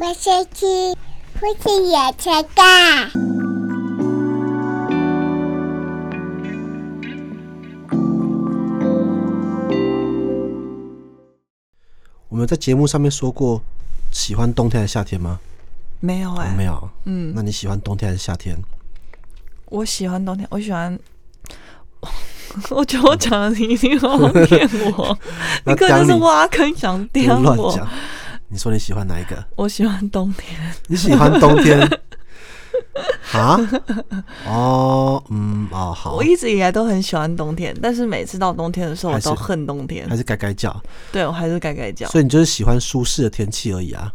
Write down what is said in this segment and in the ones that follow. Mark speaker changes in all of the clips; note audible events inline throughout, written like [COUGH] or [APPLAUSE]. Speaker 1: 我先去，父亲也才干。
Speaker 2: 我们在节目上面说过喜欢冬天还是夏天吗？
Speaker 3: 没有哎、
Speaker 2: 没有。嗯，那你喜欢冬天还是夏天？
Speaker 3: 我喜欢冬天，我喜欢。 [LAUGHS] 我觉得我讲的你一定要骗我，
Speaker 2: [LAUGHS] 那
Speaker 3: 你可能
Speaker 2: 讲
Speaker 3: 就是
Speaker 2: 你
Speaker 3: 挖坑想
Speaker 2: 不 [LAUGHS]
Speaker 3: 刁
Speaker 2: 要乱
Speaker 3: 我
Speaker 2: 讲。。你说你喜欢哪一个？
Speaker 3: 我喜欢冬
Speaker 2: [LAUGHS]
Speaker 3: 天，
Speaker 2: 你喜欢冬
Speaker 3: [LAUGHS]
Speaker 2: 天？啊？哦，嗯，哦，好
Speaker 3: 我，一直以来都很喜欢冬天，但是每次到冬天的时候，
Speaker 2: 还
Speaker 3: 我
Speaker 2: 是
Speaker 3: 都恨冬天
Speaker 2: 还。是改改脚。
Speaker 3: 对我还是改改脚，
Speaker 2: 所以你就是喜欢舒适的天气而已
Speaker 3: [LAUGHS]
Speaker 2: 啊。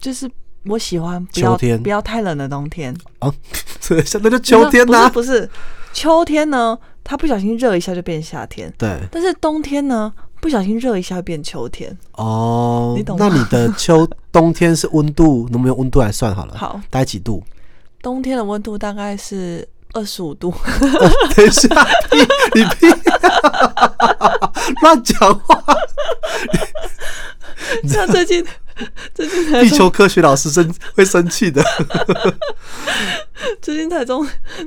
Speaker 3: 就是我喜欢不要
Speaker 2: 秋天
Speaker 3: 不要太冷的冬天。
Speaker 2: 啊，所以现在就秋天呐、
Speaker 3: 不是不是，秋天呢，它不小心热一下就变夏天，
Speaker 2: 对，
Speaker 3: 但是冬天呢，不小心热一下变秋天。
Speaker 2: 哦，
Speaker 3: 你懂
Speaker 2: 那
Speaker 3: 吗
Speaker 2: 你的秋冬天是温度，能不能用温度来算好了？
Speaker 3: 好
Speaker 2: 大概几度？ [LAUGHS]
Speaker 3: 冬天的温度大概是二十五度，
Speaker 2: 等一下，你你屁， [LAUGHS] 乱讲话！
Speaker 3: [LAUGHS] 像最近最近台
Speaker 2: [LAUGHS] 地
Speaker 3: 中
Speaker 2: 球科学老师生会生气的。
Speaker 3: 最近台中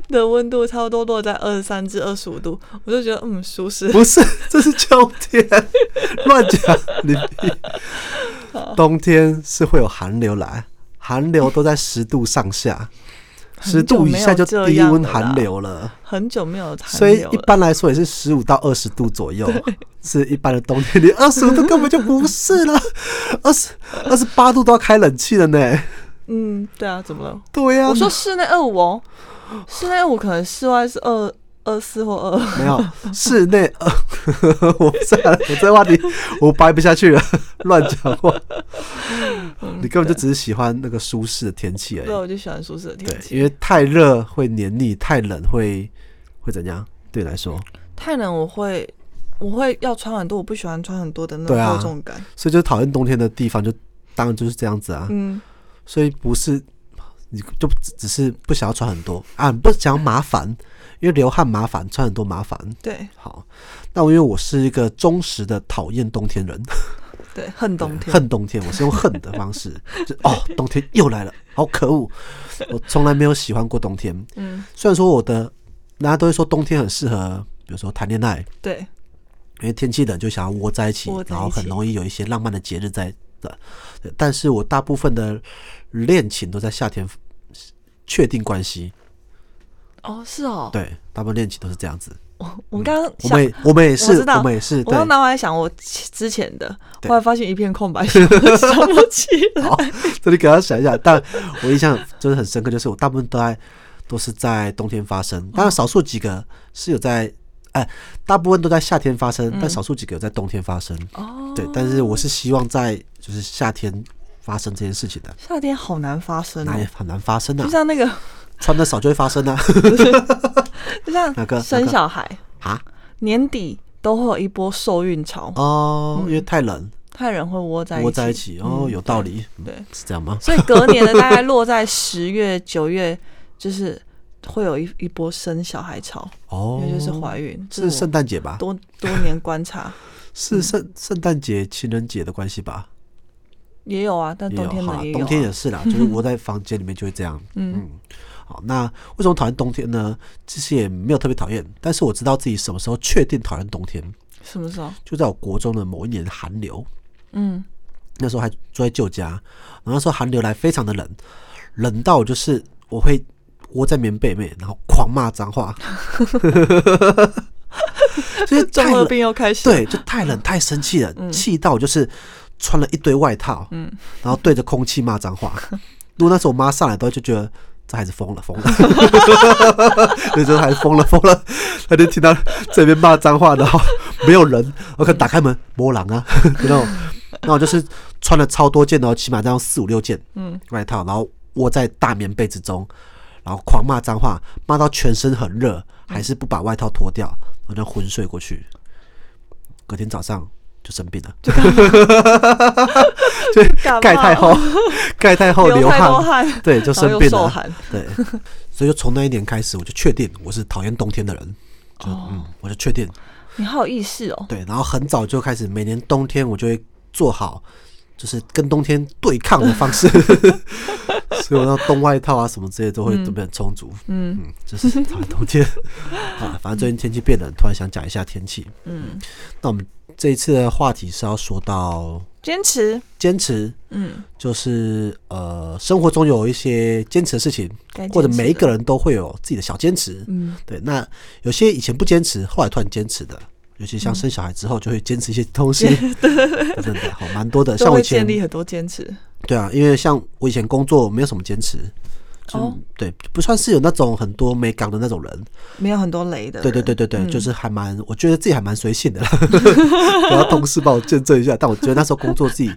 Speaker 3: 的温度差不多落在二十三至二十五度，我就觉得嗯舒适。
Speaker 2: 不是， [LAUGHS] 这是秋天，乱讲你屁。冬天是会有寒流来，寒流都在十度上下，十
Speaker 3: 很久
Speaker 2: 度以
Speaker 3: 没有
Speaker 2: 下就
Speaker 3: 这
Speaker 2: 低
Speaker 3: 样
Speaker 2: 温
Speaker 3: 了
Speaker 2: 寒
Speaker 3: 啦
Speaker 2: 流了。
Speaker 3: 很久没有谈
Speaker 2: 所以
Speaker 3: 流
Speaker 2: 一
Speaker 3: 了，
Speaker 2: 般来说也是十五到二十度左
Speaker 3: [LAUGHS]
Speaker 2: 右，是一般的冬天。你二十五度根本就不是了，二十二十八度都要开冷气了呢。
Speaker 3: 嗯，对啊，怎么了？
Speaker 2: 对呀、
Speaker 3: 我说室内二五哦，室内二五可能室外是二二四或二二，
Speaker 2: 没有室内， [LAUGHS] 呃、我不算了，我这话题我掰不下去了， [LAUGHS] 乱讲话。你根本就只是喜欢那个舒适的天气而
Speaker 3: 嗯对，
Speaker 2: 已，
Speaker 3: 我就喜欢舒适的
Speaker 2: 对
Speaker 3: 天，气。
Speaker 2: 因为太热会黏腻，太冷会会怎样？对你来说，
Speaker 3: 太冷我会我会要穿很多，我不喜欢穿很多的那种
Speaker 2: 对啊
Speaker 3: 厚重感。
Speaker 2: 所以就讨厌冬天的地方，就当然就是这样子啊。
Speaker 3: 嗯，
Speaker 2: 所以不是你就只只是不想要穿很多啊，不想要麻烦，因为流汗麻烦，穿很多麻烦。
Speaker 3: 对
Speaker 2: 好，那我因为我是一个忠实的讨厌冬天人，
Speaker 3: 对，恨冬天。
Speaker 2: 恨冬天，我是用恨的方
Speaker 3: [LAUGHS]
Speaker 2: 式，就哦，冬天又来了，好可恶！我从来没有喜欢过冬天。
Speaker 3: 嗯，
Speaker 2: 虽然说我的大家都会说冬天很适合，比如说谈恋爱，
Speaker 3: 对，
Speaker 2: 因为天气冷就想要窝在一起
Speaker 3: 窝，在一起
Speaker 2: 然后很容易有一些浪漫的节日在的。对但是我大部分的恋情都在夏天确定关系，
Speaker 3: 哦，是哦。
Speaker 2: 对，大部分恋情都是这样子。
Speaker 3: 我我刚刚
Speaker 2: 我
Speaker 3: 想
Speaker 2: 们，也我们也是
Speaker 3: 我知，道
Speaker 2: 我们也是，
Speaker 3: 我
Speaker 2: 对
Speaker 3: 刚，拿来想我之前的，
Speaker 2: 对
Speaker 3: 后来发现一片空白， [LAUGHS] 想不起来。
Speaker 2: 这里给他想一下。但我印象就是很深刻，就是我大部分都在都是在冬天发生，
Speaker 3: 嗯
Speaker 2: 当然少数几个是有在。哎，大部分都在夏天发生，但少数几个有在冬天发生。
Speaker 3: 嗯哦，
Speaker 2: 对，但是我是希望在就是夏天发生这件事情的，
Speaker 3: [LAUGHS] 夏天好难发生
Speaker 2: 那也
Speaker 3: 哦，
Speaker 2: 很难发生啊
Speaker 3: 就。像那个， [LAUGHS]
Speaker 2: 穿的少就会发生啊。
Speaker 3: 就
Speaker 2: 哪个
Speaker 3: 像生小孩，
Speaker 2: 啊
Speaker 3: 年底都会有一波受孕潮，
Speaker 2: 哦，因为太冷，
Speaker 3: 太人会窝嗯在
Speaker 2: 窝在一起哦，有道理，嗯
Speaker 3: 对，
Speaker 2: 是这样吗？
Speaker 3: 所以隔年的大概落在十月、九月，就是会有一一波生小孩潮，因
Speaker 2: 哦，
Speaker 3: 为就是怀孕，这
Speaker 2: 是
Speaker 3: 我
Speaker 2: 圣诞节吧？
Speaker 3: 多多年观察
Speaker 2: 是圣圣诞节、情人节的关系吧？
Speaker 3: 也有啊，但
Speaker 2: 也
Speaker 3: 冬
Speaker 2: 有
Speaker 3: 天
Speaker 2: 哈
Speaker 3: 的，也有、
Speaker 2: 冬
Speaker 3: 啊，
Speaker 2: 天也
Speaker 3: [LAUGHS]
Speaker 2: 是啦，就是窝在房间里面就会这样。嗯，好，那为什么讨厌冬天呢？其实也没有特别讨厌，但是我知道自己什么时候确定讨厌冬天，
Speaker 3: 什么时候？
Speaker 2: 就在我国中的某一年寒流，
Speaker 3: 嗯，
Speaker 2: 那时候还住在舅家，然后那时候寒流来非常的冷，冷到我就是我会窝在棉被里面，然后狂骂脏
Speaker 3: [LAUGHS]
Speaker 2: 话， [LAUGHS] 就是
Speaker 3: 中
Speaker 2: 太
Speaker 3: 二
Speaker 2: 冷，
Speaker 3: 病又开始，，
Speaker 2: 对，就太冷太生气了，气到我就是穿了一堆外套，然后对着空气骂脏话。如果那时候我妈上来，都就觉得。这孩子疯了，疯 [LAUGHS] 了！那时候还疯了，疯了。他就听到这边骂脏话，然后没有人，我可能打开门，摸狼啊， [LAUGHS] 就那种。那我就是穿了超多件的哦，起码这样四五六件
Speaker 3: 嗯
Speaker 2: 外套，然后窝在大棉被之中，然后狂骂脏话，骂到全身很热，还
Speaker 3: 嗯
Speaker 2: 是不把外套脱掉，我就昏睡过去。隔天早上就生病了， [LAUGHS] 就
Speaker 3: 感
Speaker 2: 盖太
Speaker 3: 冒 [LAUGHS]
Speaker 2: 厚，盖太厚
Speaker 3: 流
Speaker 2: 流
Speaker 3: 太多
Speaker 2: 汗，
Speaker 3: 汗，
Speaker 2: 对，就
Speaker 3: 然后
Speaker 2: 生
Speaker 3: 又
Speaker 2: 病
Speaker 3: 受
Speaker 2: 了。
Speaker 3: 寒，
Speaker 2: [LAUGHS] 对，所以就从那一年开始，我就确定我是讨厌冬天的人。就、嗯，我就确定
Speaker 3: 你好有意识哦，
Speaker 2: 对，然后很早就开始，每年冬天我就会做好就是跟冬天对抗的 [LAUGHS] 方式，所以我那冬外套啊什么之类都会准备很充足。嗯嗯， [LAUGHS] 就是讨厌冬天啊。反正最近天气变冷，突然想讲一下天气。嗯，那我们这一次的话题是要说到
Speaker 3: 坚持，
Speaker 2: 坚持，
Speaker 3: 嗯，
Speaker 2: 就是呃，生活中有一些坚持的事情
Speaker 3: 该，
Speaker 2: 或者
Speaker 3: 坚持
Speaker 2: 每一个人都会有自己的小坚持。
Speaker 3: 嗯，
Speaker 2: 对。那有些以前不坚持，后来突然坚持的。尤其
Speaker 3: 嗯
Speaker 2: 像生小孩之后，就会坚持一些东
Speaker 3: [LAUGHS]
Speaker 2: 西，真的好蛮多的。像
Speaker 3: 都
Speaker 2: 我
Speaker 3: 会
Speaker 2: 以前
Speaker 3: 建立很多坚持，
Speaker 2: 对啊，因为像我以前工作没有什么坚持，就、
Speaker 3: 哦
Speaker 2: 对，不算是有那种很多美港的那种人。
Speaker 3: 没有很多雷的。
Speaker 2: 对对对，对
Speaker 3: 嗯
Speaker 2: 对，就是还蛮，我觉得自己还蛮随性的啦。 [LAUGHS] 不要同事帮我见证一下，但我觉得那时候工作自己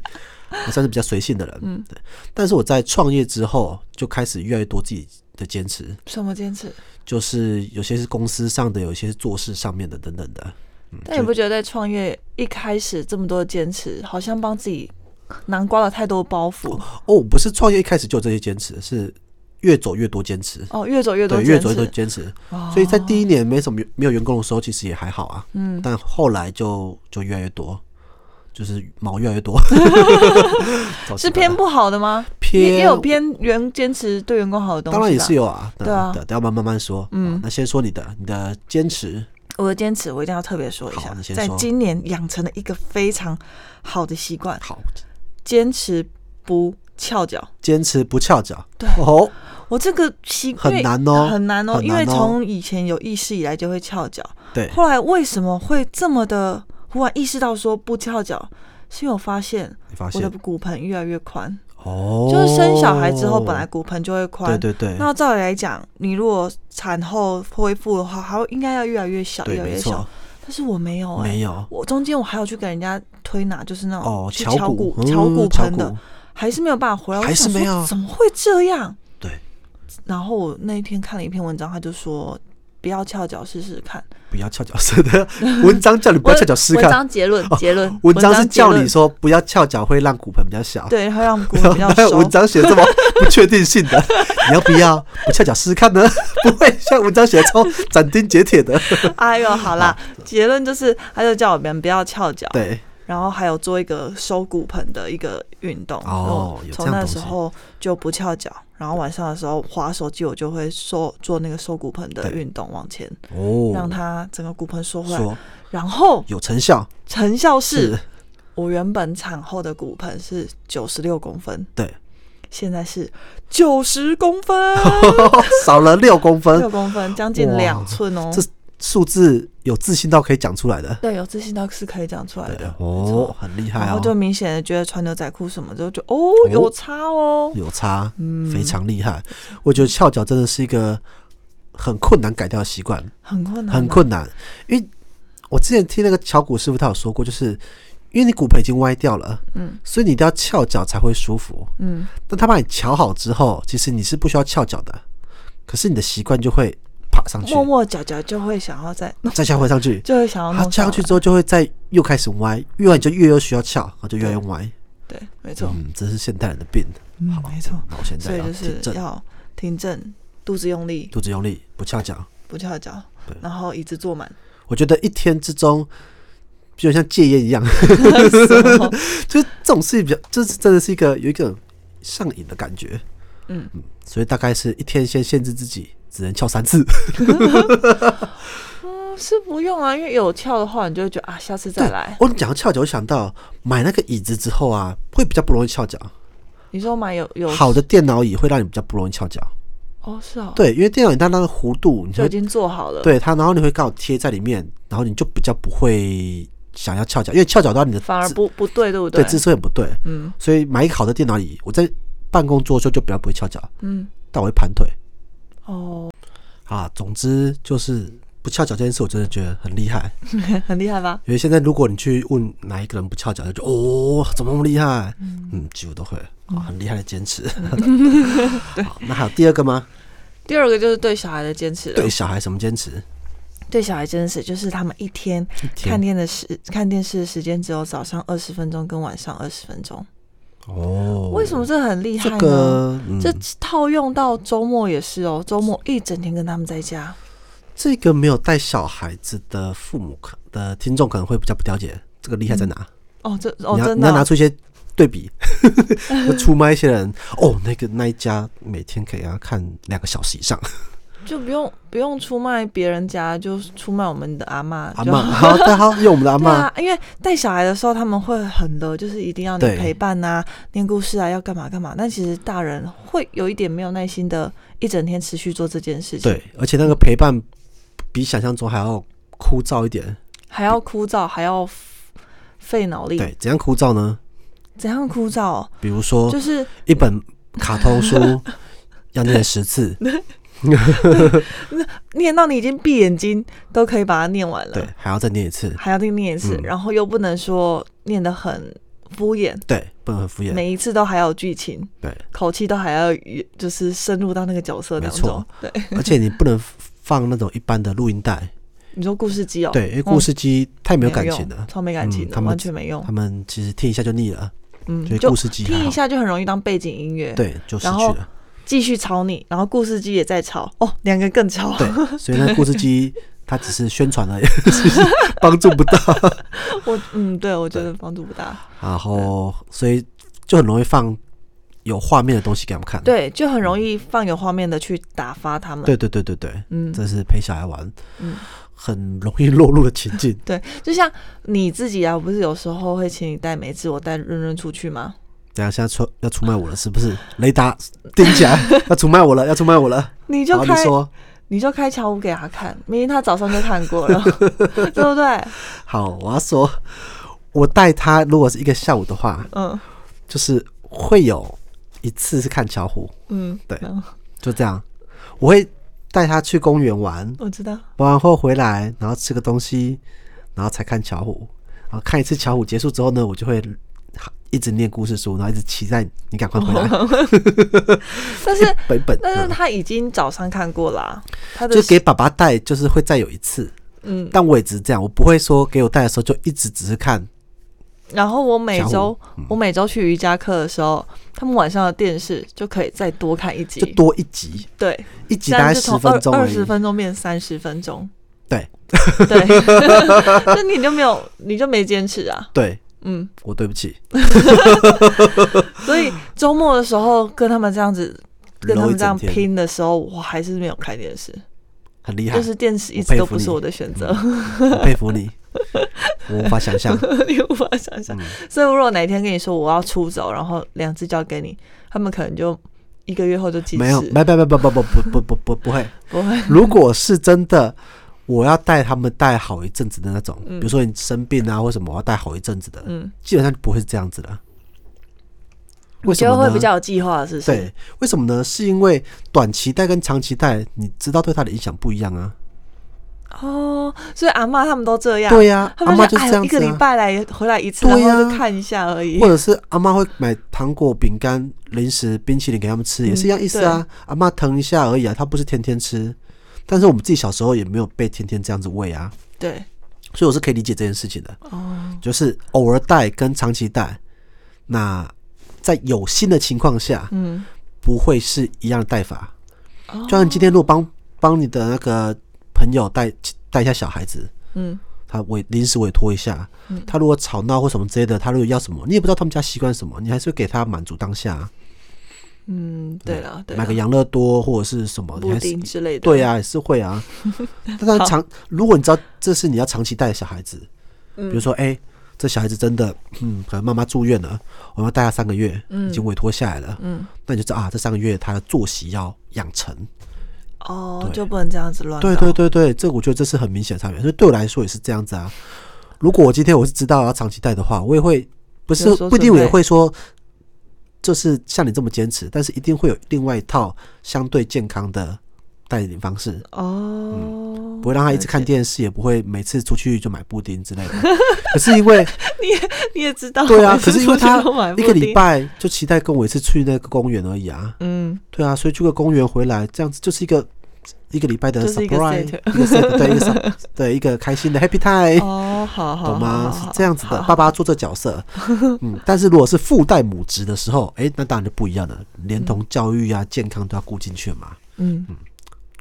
Speaker 2: 还算是比较随性的人。嗯，对。但是我在创业之后，就开始越来越多自己的坚持，
Speaker 3: 什么坚持？
Speaker 2: 嗯就是有些是公司上的，有些是做事上面的等等的。
Speaker 3: 但你不觉得在创业一开始这么多的坚持，好像帮自己南瓜了太多包袱？
Speaker 2: 哦，我不是创业一开始就有这些坚持，是越走越多坚持。
Speaker 3: 哦，越走越多
Speaker 2: 对，
Speaker 3: 坚
Speaker 2: 越走越多
Speaker 3: 持。哦
Speaker 2: 坚持。所以在第一年没什么没有员工的时候，其实也还好啊。嗯，但后来就就越来越多，就是毛越来越
Speaker 3: [LAUGHS]
Speaker 2: 多，早期
Speaker 3: 是偏
Speaker 2: 吧
Speaker 3: 不好的吗？
Speaker 2: 偏
Speaker 3: 也也有偏员坚持对员工好的东西。
Speaker 2: 当然也是。有啊，
Speaker 3: 对啊
Speaker 2: 等下慢慢慢说。嗯，那先说你的你的坚持，
Speaker 3: 我的坚持，我一定要特别说一
Speaker 2: 好
Speaker 3: 下
Speaker 2: 你，先
Speaker 3: 在
Speaker 2: 说
Speaker 3: 今年养成了一个非常好的习惯，
Speaker 2: 好，
Speaker 3: 坚持不翘脚。
Speaker 2: 坚持不翘脚，
Speaker 3: 对
Speaker 2: 哦，
Speaker 3: 我这个习
Speaker 2: 很
Speaker 3: 因为
Speaker 2: 难哦
Speaker 3: 很难哦，
Speaker 2: 很
Speaker 3: 因为
Speaker 2: 难哦
Speaker 3: 从以前有意识以来就会翘脚，
Speaker 2: 对，
Speaker 3: 后来为什么会这么的忽然意识到说不翘脚？是因为我发现
Speaker 2: 你发
Speaker 3: 我的
Speaker 2: 现
Speaker 3: 骨盆越来越宽，
Speaker 2: 哦，
Speaker 3: 就是生小孩之后本来骨盆就会宽，
Speaker 2: 对对对，
Speaker 3: 那照理来讲，你如果产后恢复的话，还会应该要越来越小，
Speaker 2: 对
Speaker 3: 越来
Speaker 2: 没
Speaker 3: 越
Speaker 2: 错
Speaker 3: 小。，但是我没有、欸，
Speaker 2: 没有
Speaker 3: 我中间我还有去给人家推拿，就是那种
Speaker 2: 哦，
Speaker 3: 去
Speaker 2: 敲
Speaker 3: 骨
Speaker 2: 骨嗯
Speaker 3: 敲骨
Speaker 2: 敲
Speaker 3: 盆的，还是没有办法回来。我
Speaker 2: 还是
Speaker 3: 想说
Speaker 2: 没有
Speaker 3: 怎么会这样？
Speaker 2: 对。
Speaker 3: 然后我那一天看了一篇文章，他就说不要翘脚试试看。
Speaker 2: 不要翘脚，是的，文章叫你不要翘脚试
Speaker 3: 文
Speaker 2: 看。哦
Speaker 3: 章结论，结论，
Speaker 2: 文章是
Speaker 3: 结
Speaker 2: 叫
Speaker 3: 论
Speaker 2: 你说不要翘脚会让骨盆比较小，
Speaker 3: 对，会让
Speaker 2: [LAUGHS]
Speaker 3: 骨盆比较
Speaker 2: 哪有
Speaker 3: 收
Speaker 2: 文。章写这么不确定性
Speaker 3: [LAUGHS]
Speaker 2: 的，你要不要不翘脚试试看呢？不会像文章写的超斩钉截铁
Speaker 3: [LAUGHS]
Speaker 2: 的。
Speaker 3: 哎呦，好啦，结论就是，他就叫我们不要翘脚。
Speaker 2: 对，
Speaker 3: 然后还有做一个收骨盆的一个运动。
Speaker 2: 哦
Speaker 3: 然后
Speaker 2: 有这
Speaker 3: 从
Speaker 2: 样
Speaker 3: 那
Speaker 2: 东
Speaker 3: 时
Speaker 2: 西
Speaker 3: 候就不翘脚，然后晚上的时候滑手机，我就会收做那个收骨盆的
Speaker 2: 对
Speaker 3: 运动，往前让
Speaker 2: 哦，
Speaker 3: 它整个骨盆缩回来。
Speaker 2: 说
Speaker 3: 然后
Speaker 2: 有成效，
Speaker 3: 成效是
Speaker 2: 是 [LAUGHS]
Speaker 3: 我原本产后的骨盆是九十六公分，
Speaker 2: 对，
Speaker 3: 现在是九十公
Speaker 2: [LAUGHS]
Speaker 3: 分，
Speaker 2: 少了六公
Speaker 3: 六
Speaker 2: 分，
Speaker 3: 公分，将近
Speaker 2: 哇
Speaker 3: 两寸哦
Speaker 2: 这。数字有自信到可以讲出来的。
Speaker 3: 对，有自信到是可以讲出来的。
Speaker 2: 哦，很厉害
Speaker 3: 然后就
Speaker 2: 哦，
Speaker 3: 明显的觉得穿牛仔裤什么之后就哦
Speaker 2: 哦
Speaker 3: 有差哦，
Speaker 2: 有差，非常厉害。我觉得翘脚真的是一个很困难改掉的习惯。
Speaker 3: 很困难，啊
Speaker 2: 很困难，因为我之前听那个敲骨师傅他有说过，就是因为你骨盆已经歪掉了，
Speaker 3: 嗯，
Speaker 2: 所以你一定要翘脚才会舒服。
Speaker 3: 嗯，
Speaker 2: 但他把你瞧好之后，其实你是不需要翘脚的，可是你的习惯就会爬上去
Speaker 3: 默，默脚脚就会想要再弄，
Speaker 2: 再下回上
Speaker 3: [LAUGHS]
Speaker 2: 去，
Speaker 3: 就会想要
Speaker 2: 它
Speaker 3: 弄
Speaker 2: 翘上去
Speaker 3: 来
Speaker 2: 之后就会再又开始歪，越歪你就越又需要翘，然后就越来越歪。
Speaker 3: 对，没错，
Speaker 2: 嗯，这是现代人的病。
Speaker 3: 嗯，没错。
Speaker 2: 那我现
Speaker 3: 所
Speaker 2: 在
Speaker 3: 以
Speaker 2: 要
Speaker 3: 就
Speaker 2: 挺
Speaker 3: 是
Speaker 2: 正，
Speaker 3: 要停正，肚子用力，
Speaker 2: 肚子用力，不翘脚。
Speaker 3: 不翘脚
Speaker 2: 对，
Speaker 3: 然后椅子坐满。
Speaker 2: 我觉得一天之中，就像戒烟一
Speaker 3: [LAUGHS]
Speaker 2: 样，
Speaker 3: 然后
Speaker 2: [LAUGHS] 就是这种事情比较，就是真的是一个有一个上瘾的感觉。
Speaker 3: 嗯
Speaker 2: 所以大概是一天先限制自己只能翘三次。
Speaker 3: 嗯是不用啊，因为有翘的话，你就会觉得啊，下次再来。
Speaker 2: [LAUGHS] 我讲到翘脚，我想到买那个椅子之后啊，会比较不容易翘脚。
Speaker 3: 你说买有有
Speaker 2: 好的电脑椅会让你比较不容易翘脚。
Speaker 3: 哦，是哦，，
Speaker 2: 对，因为电脑椅它那个弧度，你
Speaker 3: 就
Speaker 2: 就
Speaker 3: 已经做好了，，
Speaker 2: 对它，然后你会刚好贴在里面，然后你就比较不会想要翘脚，因为翘脚的话你的
Speaker 3: 反而
Speaker 2: 姿
Speaker 3: 不不对，对不
Speaker 2: 对姿势很不对。
Speaker 3: 嗯
Speaker 2: 所以买一个好的电脑椅，我在办公桌的时候就比较不会翘脚，
Speaker 3: 嗯，
Speaker 2: 但我会盘腿。
Speaker 3: 哦，
Speaker 2: 啊，总之就是不翘脚这件事，我真的觉得很厉害。
Speaker 3: [LAUGHS] 很厉害吧？
Speaker 2: 因为现在如果你去问哪一个人不翘脚，就觉得哦，怎么那么厉害？嗯，几乎都会，啊、很厉害的坚
Speaker 3: [LAUGHS]
Speaker 2: 持。好那还有第二个吗？
Speaker 3: 第二个就是对小孩的坚持了，
Speaker 2: 对小孩什么坚持？
Speaker 3: 对小孩坚持就是他们一天
Speaker 2: 一
Speaker 3: 看
Speaker 2: 天
Speaker 3: 电的时看电视的时间只有早上二十分钟跟晚上二十分钟，
Speaker 2: 哦，
Speaker 3: 为什么这很厉害
Speaker 2: 这
Speaker 3: 呢？
Speaker 2: 个？嗯、
Speaker 3: 这
Speaker 2: 这
Speaker 3: 套用到周末也是哦，周末一整天跟他们在家，
Speaker 2: 这个没有带小孩子的父母可的听众可能会比较不了解这个厉害在哪。
Speaker 3: 哦，这哦
Speaker 2: 你要
Speaker 3: 真
Speaker 2: 你
Speaker 3: 的
Speaker 2: 要拿
Speaker 3: 哦
Speaker 2: 出一些对比， [LAUGHS] 就出卖一些人哦，那个那一家每天可以让他看两个小时以上，
Speaker 3: 啊就不用不用出卖别人家，就出卖我们的阿妈。
Speaker 2: 阿
Speaker 3: 就
Speaker 2: 妈好，大家好，用我们的阿
Speaker 3: [LAUGHS] 对
Speaker 2: 妈
Speaker 3: 啊，因为带小孩的时候他们会很的，就是一定要你
Speaker 2: 对
Speaker 3: 陪伴啊，念故事啊，要干嘛干嘛。但其实大人会有一点没有耐心的，一整天持续做这件事情，
Speaker 2: 对，而且那个陪伴比想象中还要枯燥一点。
Speaker 3: 还要枯燥，还要 f- 费脑力。
Speaker 2: 对，怎样枯燥呢？
Speaker 3: 怎样枯燥？
Speaker 2: 比如说
Speaker 3: 就是
Speaker 2: 一本卡通书
Speaker 3: [LAUGHS]
Speaker 2: 要念十次，
Speaker 3: 念到你已经闭眼睛都可以把它念完了
Speaker 2: 对，，还要再念一次，
Speaker 3: 还要再念一次，
Speaker 2: 嗯
Speaker 3: 然后又不能说念得很敷衍，
Speaker 2: 对，不能很敷衍，
Speaker 3: 每一次都还要有剧情，
Speaker 2: 对，
Speaker 3: 口气都还要就是深入到那个角色当中。对，
Speaker 2: 而且你不能放那种一般的录音带，
Speaker 3: 你说故事机哦，
Speaker 2: 对，因为故事机太没有感情
Speaker 3: 用
Speaker 2: 了，
Speaker 3: 超没感情
Speaker 2: 嗯
Speaker 3: 的，
Speaker 2: 他们
Speaker 3: 完全没用
Speaker 2: 他。们其实听一下就腻了，
Speaker 3: 嗯
Speaker 2: 所以，
Speaker 3: 就
Speaker 2: 故事机还
Speaker 3: 听一
Speaker 2: 好，
Speaker 3: 下就很容易当背景音乐，，
Speaker 2: 对，就失
Speaker 3: 然
Speaker 2: 去
Speaker 3: 后
Speaker 2: 了。
Speaker 3: 继续吵你，然后故事机也在吵，哦，两个更
Speaker 2: [LAUGHS]
Speaker 3: 吵。
Speaker 2: 对，所以那故事机它只是宣传而已，其实帮助不到。
Speaker 3: [LAUGHS] 我嗯，对，我觉得帮助不大。
Speaker 2: 然后，所以就很容易放有画面的东西给他们看。
Speaker 3: 对，就很容易放有画面的去打发他们。
Speaker 2: 对对对对对，
Speaker 3: 嗯，
Speaker 2: 这是陪小孩玩，
Speaker 3: 嗯
Speaker 2: 很容易落入的情境。 [LAUGHS]
Speaker 3: 对，就像你自己啊，我不是有时候会请你带梅子，我带润润出去吗？
Speaker 2: 等一下现在出要出卖我了，是不是？雷达盯起来，要出卖我
Speaker 3: [LAUGHS]
Speaker 2: 了，要出卖我了。
Speaker 3: 你就
Speaker 2: 好，你
Speaker 3: 开
Speaker 2: 说
Speaker 3: 你就开巧舞给他看，明明他早上就看
Speaker 2: [LAUGHS]
Speaker 3: 过了，对不对？
Speaker 2: 好，我要说，我带他如果是一个下午的话，
Speaker 3: 嗯
Speaker 2: 就是会有一次是看巧虎，
Speaker 3: 嗯，
Speaker 2: 对
Speaker 3: 然后
Speaker 2: 就这样。我会带他去公园玩，
Speaker 3: 我知道，
Speaker 2: 玩完后回来，然后吃个东西，然后才看巧虎。然后看一次巧虎结束之后呢，我就会一直念故事书，然后一直期待你赶快回
Speaker 3: [LAUGHS]
Speaker 2: 来，
Speaker 3: 但是
Speaker 2: 本本。
Speaker 3: 但是
Speaker 2: 嗯
Speaker 3: 他已经早上看过啦、他的
Speaker 2: 就给爸爸带，就是会再有一次，
Speaker 3: 嗯，
Speaker 2: 但我也只是这样，我不会说给我带的时候就一直只是看，
Speaker 3: 然后我每
Speaker 2: 巧舞
Speaker 3: 周、我每周去瑜伽课的时候，他们晚上的电视就可以再多看一集
Speaker 2: 就，多一集，
Speaker 3: 对，
Speaker 2: 一集
Speaker 3: 这
Speaker 2: 大
Speaker 3: 样
Speaker 2: 概
Speaker 3: 就
Speaker 2: 十
Speaker 3: 从
Speaker 2: 分钟
Speaker 3: 二
Speaker 2: 而
Speaker 3: 二
Speaker 2: 已
Speaker 3: 十。分钟变三十分钟，
Speaker 2: 对
Speaker 3: 对， [LAUGHS] 就你就没有你就没坚持啊，
Speaker 2: 对，
Speaker 3: 嗯，
Speaker 2: 我对不起，
Speaker 3: 所以周末的时候跟他们这样子。跟他
Speaker 2: 揉一
Speaker 3: 们这样
Speaker 2: 整天
Speaker 3: 拼的时候，我还是没有看电视，
Speaker 2: 很厉害，
Speaker 3: 就是电视一
Speaker 2: 我
Speaker 3: 直
Speaker 2: 佩
Speaker 3: 都
Speaker 2: 服
Speaker 3: 不是
Speaker 2: 你
Speaker 3: 我的选择，
Speaker 2: 我佩服你，我无法想象。
Speaker 3: [LAUGHS] 你无法想象。
Speaker 2: 嗯
Speaker 3: 所以如果哪一天跟你说我要出走，然后两只交给你，他们可能就一个月后就记
Speaker 2: 没有，
Speaker 3: 事
Speaker 2: 没没没不不不不不不不不会。
Speaker 3: 不会，
Speaker 2: [LAUGHS] 如果是真的，我要带他们带好一阵子的那种，比如说你生病啊或什么，我要带好一阵子的，
Speaker 3: 嗯
Speaker 2: 基本上就不会是这样子的。为什
Speaker 3: 就
Speaker 2: 么
Speaker 3: 会
Speaker 2: 呢？
Speaker 3: 比较有计划，是不是？
Speaker 2: 对，为什么呢？是因为短期带跟长期带，你知道对他的影响不一样啊。
Speaker 3: 哦，所以阿妈他们都这样，
Speaker 2: 对呀、
Speaker 3: 他
Speaker 2: 阿
Speaker 3: 们
Speaker 2: 妈就
Speaker 3: 就
Speaker 2: 是
Speaker 3: 哎
Speaker 2: 这样
Speaker 3: 一个
Speaker 2: 子
Speaker 3: 礼
Speaker 2: 啊。
Speaker 3: 拜来回来一次，
Speaker 2: 对
Speaker 3: 然后
Speaker 2: 呀
Speaker 3: 就看一下而已
Speaker 2: 或。者是阿妈会买糖果、饼干、零食、冰淇淋给他们吃，也
Speaker 3: 嗯
Speaker 2: 是一样意思啊。阿妈疼一下而已啊，她不是天天吃。但是我们自己小时候也没有被天天这样子喂啊，
Speaker 3: 对，
Speaker 2: 所以我是可以理解这件事情的。
Speaker 3: 哦，
Speaker 2: 就是偶尔带跟长期带，那在有心的情况下，
Speaker 3: 嗯，
Speaker 2: 不会是一样的带法。
Speaker 3: 哦
Speaker 2: 就像今天如果帮帮你的那个朋友带带一下小孩子，
Speaker 3: 嗯，
Speaker 2: 他委临时委托一下，他如果吵闹或什么之类的，他如果要什么，你也不知道他们家习惯什么，你还是会给他满足当下啊，
Speaker 3: 嗯，对了，对
Speaker 2: 买
Speaker 3: 啦
Speaker 2: 个养乐多或者是什么，你
Speaker 3: 布
Speaker 2: 还是
Speaker 3: 丁之类的，
Speaker 2: 对呀、也是会
Speaker 3: [LAUGHS]
Speaker 2: 啊。但是长，如果你知道这是你要长期带的小孩子，
Speaker 3: 嗯
Speaker 2: 比如说哎、这小孩子真的，嗯，可能妈妈住院了，我们要带他三个月，已经委托下来了，嗯，那你就知道啊，这三个月他的作息要养成。
Speaker 3: 哦，
Speaker 2: 对
Speaker 3: 就不能这样子乱搞。
Speaker 2: 对对对对，这我觉得这是很明显的差别，所以对我来说也是这样子啊。如果我今天我是知道要长期带的话，我也会不是
Speaker 3: 有所
Speaker 2: 不一定
Speaker 3: 准
Speaker 2: 我
Speaker 3: 备
Speaker 2: 也会说，就是像你这么坚持，但是一定会有另外一套相对健康的带领方式，
Speaker 3: 哦，
Speaker 2: 嗯不会让他一直看
Speaker 3: 了解。
Speaker 2: 电视，也不会每次出去就买布丁之类的。 [LAUGHS] 可是因为
Speaker 3: [LAUGHS] 你也知道，
Speaker 2: 对啊，
Speaker 3: 每次
Speaker 2: 可是因为
Speaker 3: 出去
Speaker 2: 他
Speaker 3: 都 [LAUGHS] 买
Speaker 2: 一
Speaker 3: 布
Speaker 2: 个礼
Speaker 3: 丁，
Speaker 2: 拜就期待跟我一次去那个公园而已啊，
Speaker 3: 嗯，
Speaker 2: 对啊，所以去个公园回来，这样子就是一个一个礼拜的
Speaker 3: 就是一个
Speaker 2: surprise，
Speaker 3: set
Speaker 2: 一个 set，对一个 sup- 对一个开心的 happy time，
Speaker 3: 哦，好好，
Speaker 2: 懂
Speaker 3: 好
Speaker 2: 吗？
Speaker 3: 好
Speaker 2: 是
Speaker 3: 好
Speaker 2: 这样子的，爸
Speaker 3: 好
Speaker 2: 爸做这角色，嗯，但是如果是父代母职的时候，哎，那当然就不一样了，连同教育啊、健康都要顾进去嘛。
Speaker 3: 嗯，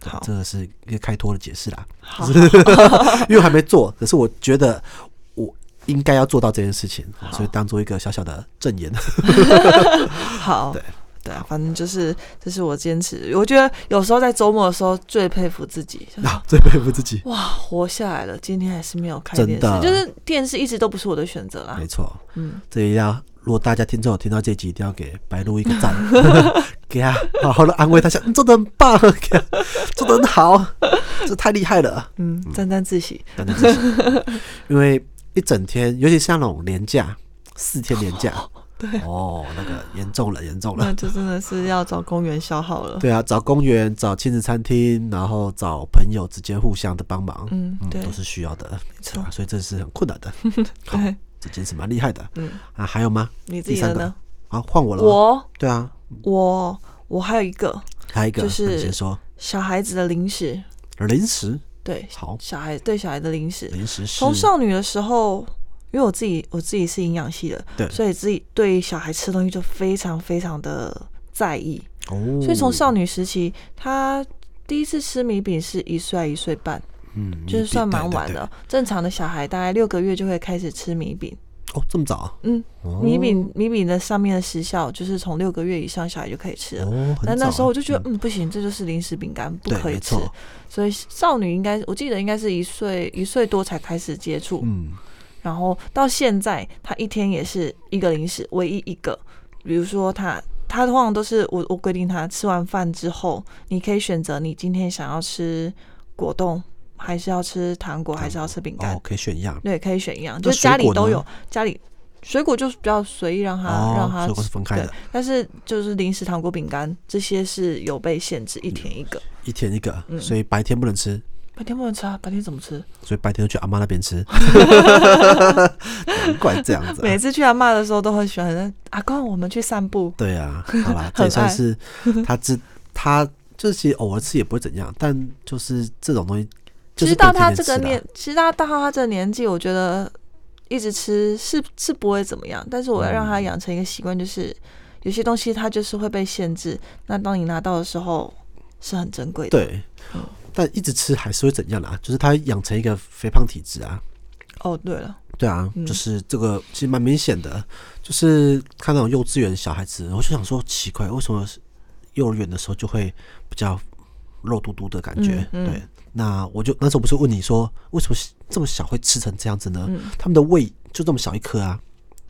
Speaker 2: 对
Speaker 3: 好
Speaker 2: 这个 [LAUGHS] 是一个开脱的解释啦，
Speaker 3: 好，
Speaker 2: 因为我还没做，可是我觉得我应该要做到这件事情，所以当做一个小小的证言。 [LAUGHS]
Speaker 3: 好，
Speaker 2: 对
Speaker 3: 对啊，反正就是这是我坚持。我觉得有时候在周末的时候最佩服自己，就是
Speaker 2: 啊，最佩服自己，
Speaker 3: 哇，啊活下来了，今天还是没有看
Speaker 2: 真
Speaker 3: 电视
Speaker 2: 的，
Speaker 3: 就是电视一直都不是我的选择啦
Speaker 2: 没。错。
Speaker 3: 嗯，
Speaker 2: 这一定要，如果大家听众有听到这集，一定要给白露一个赞， [LAUGHS] 给他好好的安慰他一下，你做的很棒， [LAUGHS] 给他做的很好， [LAUGHS] 这太厉害了，
Speaker 3: 嗯，沾沾
Speaker 2: [LAUGHS]
Speaker 3: 自喜，
Speaker 2: 等等这些。因为一整天，尤其像那种连假，四天连假，
Speaker 3: [LAUGHS] 对，
Speaker 2: 哦，那个严重了，严重了
Speaker 3: 那。就真的是要找公园消耗 [LAUGHS] 了。
Speaker 2: 对啊，找公园，找亲子餐厅，然后找朋友之间互相的帮忙，
Speaker 3: 嗯，对，
Speaker 2: 都是需要的，没
Speaker 3: 错
Speaker 2: 所以这是很困难
Speaker 3: [LAUGHS]
Speaker 2: 的，好
Speaker 3: 对，
Speaker 2: 这件事蛮厉害的。
Speaker 3: 嗯，
Speaker 2: 啊，还有吗？
Speaker 3: 你自
Speaker 2: 第
Speaker 3: 己的
Speaker 2: 三个
Speaker 3: 呢？
Speaker 2: 啊，换我了。
Speaker 3: 我
Speaker 2: 对啊，
Speaker 3: 我我还有一个
Speaker 2: 还有一个，
Speaker 3: 就是
Speaker 2: 你先说
Speaker 3: 小孩子的零食，
Speaker 2: 零食，
Speaker 3: 对，
Speaker 2: 好，
Speaker 3: 小孩对小孩的零食，
Speaker 2: 零食是
Speaker 3: 从少女的时候，因为我自己我自己是营养系的，
Speaker 2: 对
Speaker 3: 所以自己对小孩吃的东西就非常非常的在意。
Speaker 2: 哦，
Speaker 3: 所以从少女时期，她第一次吃米饼是一岁还一岁半，
Speaker 2: 嗯，
Speaker 3: 就是算
Speaker 2: 对
Speaker 3: 蛮晚。
Speaker 2: 对
Speaker 3: 的。正常的小孩大概六个月就会开始吃米饼。
Speaker 2: 对哦，这么早？
Speaker 3: 嗯，
Speaker 2: 哦
Speaker 3: 米饼米饼的上面的时效就是从六个月以上小孩就可以吃了。
Speaker 2: 哦，很
Speaker 3: 但
Speaker 2: 早
Speaker 3: 那
Speaker 2: 啊
Speaker 3: 时候我就觉得，嗯，不行，这就是零食饼干，不
Speaker 2: 对
Speaker 3: 可以
Speaker 2: 没
Speaker 3: 吃
Speaker 2: 错。
Speaker 3: 所以少女应该，我记得应该是一岁一岁多才开始接触。
Speaker 2: 嗯，
Speaker 3: 然后到现在，他一天也是一个零食，唯一一个。比如说他，他通常都是我我规定他吃完饭之后，你可以选择你今天想要吃果冻，还是要吃糖果，还是要吃饼干，
Speaker 2: 哦，可以选一样。
Speaker 3: 对，可以选一样，
Speaker 2: 那
Speaker 3: 就是家
Speaker 2: 水
Speaker 3: 里
Speaker 2: 果呢
Speaker 3: 都有，家里水果就是比较随意让他、让
Speaker 2: 哦，
Speaker 3: 他
Speaker 2: 水果是分开
Speaker 3: 对
Speaker 2: 的，，
Speaker 3: 但是就是零食、糖果、饼干这些是有被限制，一天一个。
Speaker 2: 一天一个，
Speaker 3: 嗯
Speaker 2: 所以白天不能吃，
Speaker 3: 白天不能吃啊，白天怎么吃？
Speaker 2: 所以白天就去阿妈那边吃。难怪这样子啊。
Speaker 3: 每次去阿妈的时候都很喜欢，阿公，我们去散步。
Speaker 2: 对啊，好啦，这也算是他知他这些偶尔吃也不会怎样，但就是这种东西，就是
Speaker 3: 吃到
Speaker 2: 不能
Speaker 3: 他
Speaker 2: 天
Speaker 3: 这
Speaker 2: 天吃啦
Speaker 3: 个
Speaker 2: 啊
Speaker 3: 年，吃到到他这个年纪，我觉得一直吃是是不会怎么样，但是我要让他
Speaker 2: 嗯
Speaker 3: 养成一个习惯，就是、有些东西它就是会被限制。那当你拿到的时候，是很珍贵的。
Speaker 2: 对，但一直吃还是会怎样啦？就是他养成一个肥胖体质啊，
Speaker 3: 哦，对了，
Speaker 2: 对啊，
Speaker 3: 嗯
Speaker 2: 就是这个其实蛮明显的，就是看那种幼稚园小孩子，我就想说奇怪，为什么幼儿园的时候就会比较肉嘟嘟的感觉？
Speaker 3: 嗯嗯
Speaker 2: 对，那我就那时候不是问你说为什么这么小会吃成这样子呢？
Speaker 3: 嗯
Speaker 2: 他们的胃就这么小一颗啊，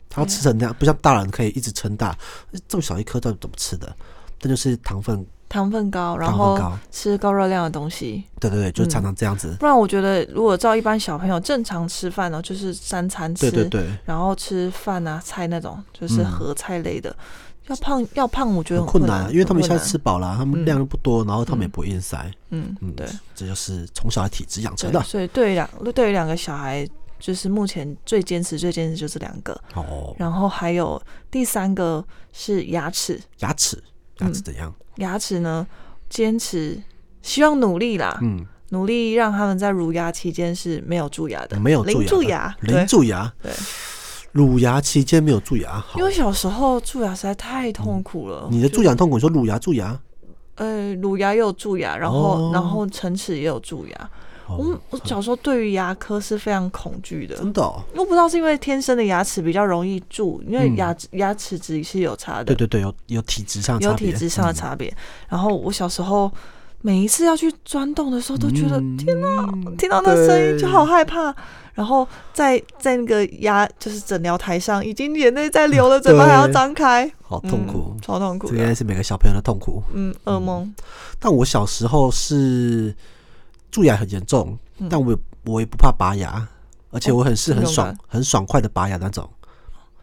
Speaker 2: 他要吃成这样，不像大人可以一直撑大，这么小一颗到底怎么吃的？但就是糖分，
Speaker 3: 糖分高，然
Speaker 2: 糖
Speaker 3: 后嗯
Speaker 2: 分高，
Speaker 3: 吃高热量的东西，
Speaker 2: 对对对，就是常常这样子，
Speaker 3: 不然我觉得如果照一般小朋友正常吃饭呢，就是三餐吃，
Speaker 2: 对对对。
Speaker 3: 然后吃饭啊菜那种，就是
Speaker 2: 嗯
Speaker 3: 合菜类的。要胖要胖，我觉得
Speaker 2: 很
Speaker 3: 很困
Speaker 2: 困难，因为他们一下
Speaker 3: 很困嗯
Speaker 2: 子吃饱了，他们量又不多，然后他们也不会硬塞，
Speaker 3: 难，嗯，
Speaker 2: 嗯，
Speaker 3: 对。
Speaker 2: 这就是从小的体质养成
Speaker 3: 对，
Speaker 2: 的。
Speaker 3: 所以对于两对于两个小孩，就是目前最坚持最坚持就是两个，
Speaker 2: 哦，
Speaker 3: 然后还有第三个是牙齿，
Speaker 2: 牙齿，
Speaker 3: 嗯
Speaker 2: 牙齿怎样？
Speaker 3: 牙齿呢坚持希望努力啦，
Speaker 2: 嗯，
Speaker 3: 努力让他们在乳牙期间是没有蛀牙的，
Speaker 2: 没有
Speaker 3: 零蛀
Speaker 2: 蛀
Speaker 3: 牙
Speaker 2: 牙，，
Speaker 3: 啊对
Speaker 2: 零。蛀牙，
Speaker 3: 对，
Speaker 2: 乳牙期间没有蛀牙，好
Speaker 3: 因，为小时候蛀牙实在太痛苦了，
Speaker 2: 嗯你的蛀
Speaker 3: 牙，
Speaker 2: 牙很痛苦，你说乳牙蛀牙，
Speaker 3: 呃，乳牙也有蛀牙，然后、
Speaker 2: 哦
Speaker 3: 然后唇齿也有蛀牙。我
Speaker 2: 哦，
Speaker 3: 我小时候对于牙科是非常恐惧的，
Speaker 2: 真的哦，
Speaker 3: 我不知道是因为天生的牙齿比较容易蛀，因为
Speaker 2: 嗯
Speaker 3: 牙、牙齿质是有差的，
Speaker 2: 对对对，有有体质上的
Speaker 3: 有
Speaker 2: 差别，嗯
Speaker 3: 体质上的差别。然后我小时候每一次要去钻洞的时候，都觉得、
Speaker 2: 天哪，
Speaker 3: 听到那声音就好害怕。然后在在那个牙就是诊疗台上，已经眼泪在流了，嘴巴还要张开，
Speaker 2: 好痛苦
Speaker 3: 嗯，超痛苦
Speaker 2: 这应该
Speaker 3: 的。
Speaker 2: 是每个小朋友的痛苦。
Speaker 3: 嗯，噩梦。
Speaker 2: 但我小时候是蛀牙很严重，但我也我也不怕拔牙，而且我很是很
Speaker 3: 嗯哦很勇
Speaker 2: 爽
Speaker 3: 敢
Speaker 2: 很爽快的拔牙那种。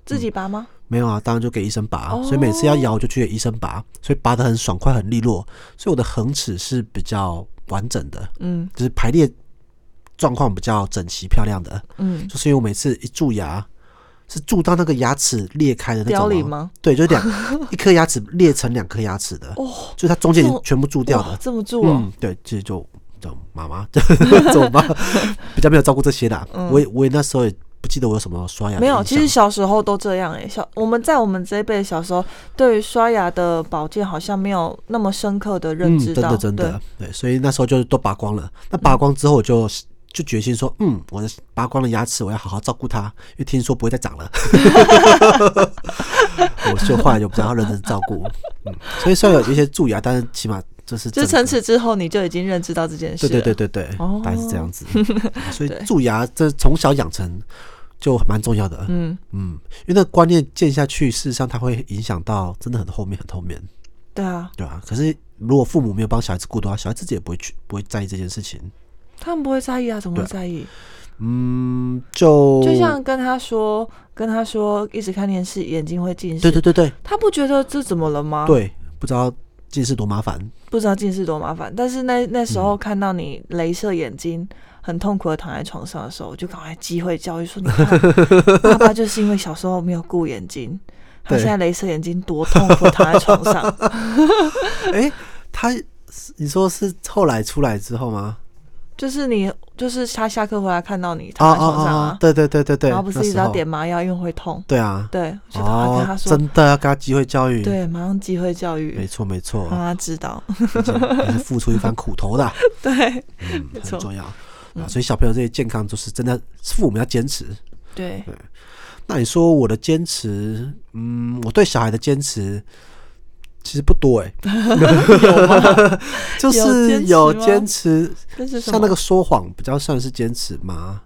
Speaker 3: 自己拔吗？
Speaker 2: 没有啊，当然就给医生拔，
Speaker 3: 哦
Speaker 2: 所以每次要咬我就去给医生拔，所以拔得很爽快很利落，所以我的恒齿是比较完整的，
Speaker 3: 嗯
Speaker 2: 就是排列状况比较整齐漂亮的，
Speaker 3: 嗯，
Speaker 2: 就是因为我每次一蛀牙。是蛀到那个牙齿裂开的那
Speaker 3: 凋
Speaker 2: 种哦
Speaker 3: 零吗？
Speaker 2: 对，就是两一颗牙齿裂成两颗牙齿的，
Speaker 3: 哦，
Speaker 2: 所以它中间已
Speaker 3: 这
Speaker 2: 经
Speaker 3: 么
Speaker 2: 全部蛀掉
Speaker 3: 哇
Speaker 2: 了。
Speaker 3: 这么蛀哦。
Speaker 2: 嗯，对，其实就就妈妈 [LAUGHS] 就走吧， [LAUGHS] 比较没有照顾这些啦。我也我也那时候也不记得我有什么刷牙的
Speaker 3: 嗯没有，
Speaker 2: 印
Speaker 3: 其实
Speaker 2: 象
Speaker 3: 小时候都这样诶、小我们在我们这一辈的小时候，对于刷牙的保健好像没有那么深刻的
Speaker 2: 嗯，
Speaker 3: 认知
Speaker 2: 真
Speaker 3: 到。
Speaker 2: 的真的对，所以那时候就都拔光了。那拔光之后，我就就决心说，嗯，我的拔光了牙齿，我要好好照顾它，因为听说不会再长了。 [LAUGHS] 我就后来就比较认真照顾，嗯，所以虽然有一些蛀牙，但是起码就是整
Speaker 3: 就是
Speaker 2: 个
Speaker 3: 成齿之后，你就已经认知到这件事
Speaker 2: 对
Speaker 3: 了。
Speaker 2: 对对对对，
Speaker 3: 哦
Speaker 2: 大概是这
Speaker 3: [LAUGHS]
Speaker 2: 样子。所以蛀牙这从小养成就蛮重要的，
Speaker 3: 嗯，
Speaker 2: 嗯，因为那个观念建下去，事实上它会影响到真的很后面很后面，
Speaker 3: 对啊，
Speaker 2: 对吧、可是如果父母没有帮小孩子顾的话，小孩自己也不会去不会在意这件事情，
Speaker 3: 他们不会在意啊，怎么会
Speaker 2: 对啊
Speaker 3: 在意？
Speaker 2: 嗯，就
Speaker 3: 就像跟他说，跟他说一直看电视，眼睛会近视。
Speaker 2: 对对对对
Speaker 3: 他不觉得这怎么了吗？，
Speaker 2: 对，不知道近视多麻
Speaker 3: [LAUGHS]
Speaker 2: 烦，
Speaker 3: 不知道近视多麻烦。但是那那时候看到你镭射眼睛很痛苦的躺在床上的时候，我就赶快机会教育说，你看，爸爸就是因为小时候没有顾眼睛，他
Speaker 2: 对
Speaker 3: 现在镭射眼睛多痛苦，躺在床上。
Speaker 2: 哎、他你说是后来出来之后吗？
Speaker 3: 就是你，就是他下课回来看到你躺在床上啊，
Speaker 2: 对对对对对，
Speaker 3: 然后不是
Speaker 2: 那
Speaker 3: 一
Speaker 2: 时
Speaker 3: 直要
Speaker 2: 候
Speaker 3: 点麻药，因为会痛。
Speaker 2: 对啊，
Speaker 3: 对，我就赶快跟
Speaker 2: 哦
Speaker 3: 他，说，
Speaker 2: 真的要给他机会教育，，
Speaker 3: 对，啊马上机会教
Speaker 2: 没
Speaker 3: 育，
Speaker 2: 错没错，
Speaker 3: 让他知道。
Speaker 2: 毕竟也是付出一番苦头
Speaker 3: [LAUGHS]
Speaker 2: 的，
Speaker 3: 对
Speaker 2: 嗯，很
Speaker 3: 错嗯
Speaker 2: 重要。啊，所以小朋友这些健康就是真的，是父母要坚持。
Speaker 3: 对，
Speaker 2: 那你说我的坚持，嗯，我对小孩的坚持其实不多
Speaker 3: [LAUGHS]
Speaker 2: 哎、就
Speaker 3: 有坚
Speaker 2: 是
Speaker 3: 持
Speaker 2: 有
Speaker 3: 吗
Speaker 2: 坚持，
Speaker 3: 但是什
Speaker 2: 像那
Speaker 3: 么
Speaker 2: 个说谎比较算是坚持吗？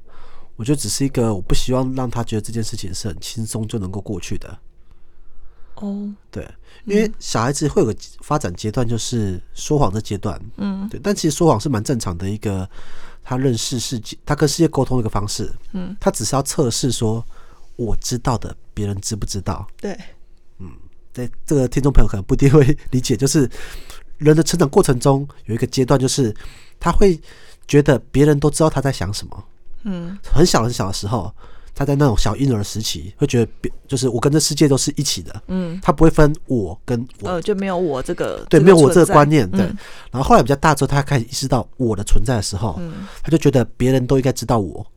Speaker 2: 我觉得只是一个我不希望让他觉得这件事情是很轻松就能够过去的。
Speaker 3: 哦，
Speaker 2: 对，因为小孩子会有个发展阶段，就是说谎的阶段。
Speaker 3: 嗯，
Speaker 2: 对，但其实说谎是蛮正常的一个他认识世界、他跟世界沟通的一个方式。
Speaker 3: 嗯，
Speaker 2: 他只是要测试说我知道的，别人知不知道？
Speaker 3: 对，
Speaker 2: 对，这个听众朋友可能不一定会理解，就是人的成长过程中有一个阶段，就是他会觉得别人都知道他在想什么。
Speaker 3: 嗯，
Speaker 2: 很小很小的时候，他在那种小婴儿时期，会觉得别就是我跟这世界都是一起的，
Speaker 3: 嗯，
Speaker 2: 他不会分我跟我
Speaker 3: 呃，就没有我这个
Speaker 2: 对，没有我这个
Speaker 3: 存在
Speaker 2: 观念，对
Speaker 3: 嗯。
Speaker 2: 然后后来比较大之后，他开始意识到我的存在的时候，
Speaker 3: 嗯
Speaker 2: 他就觉得别人都应该知道我，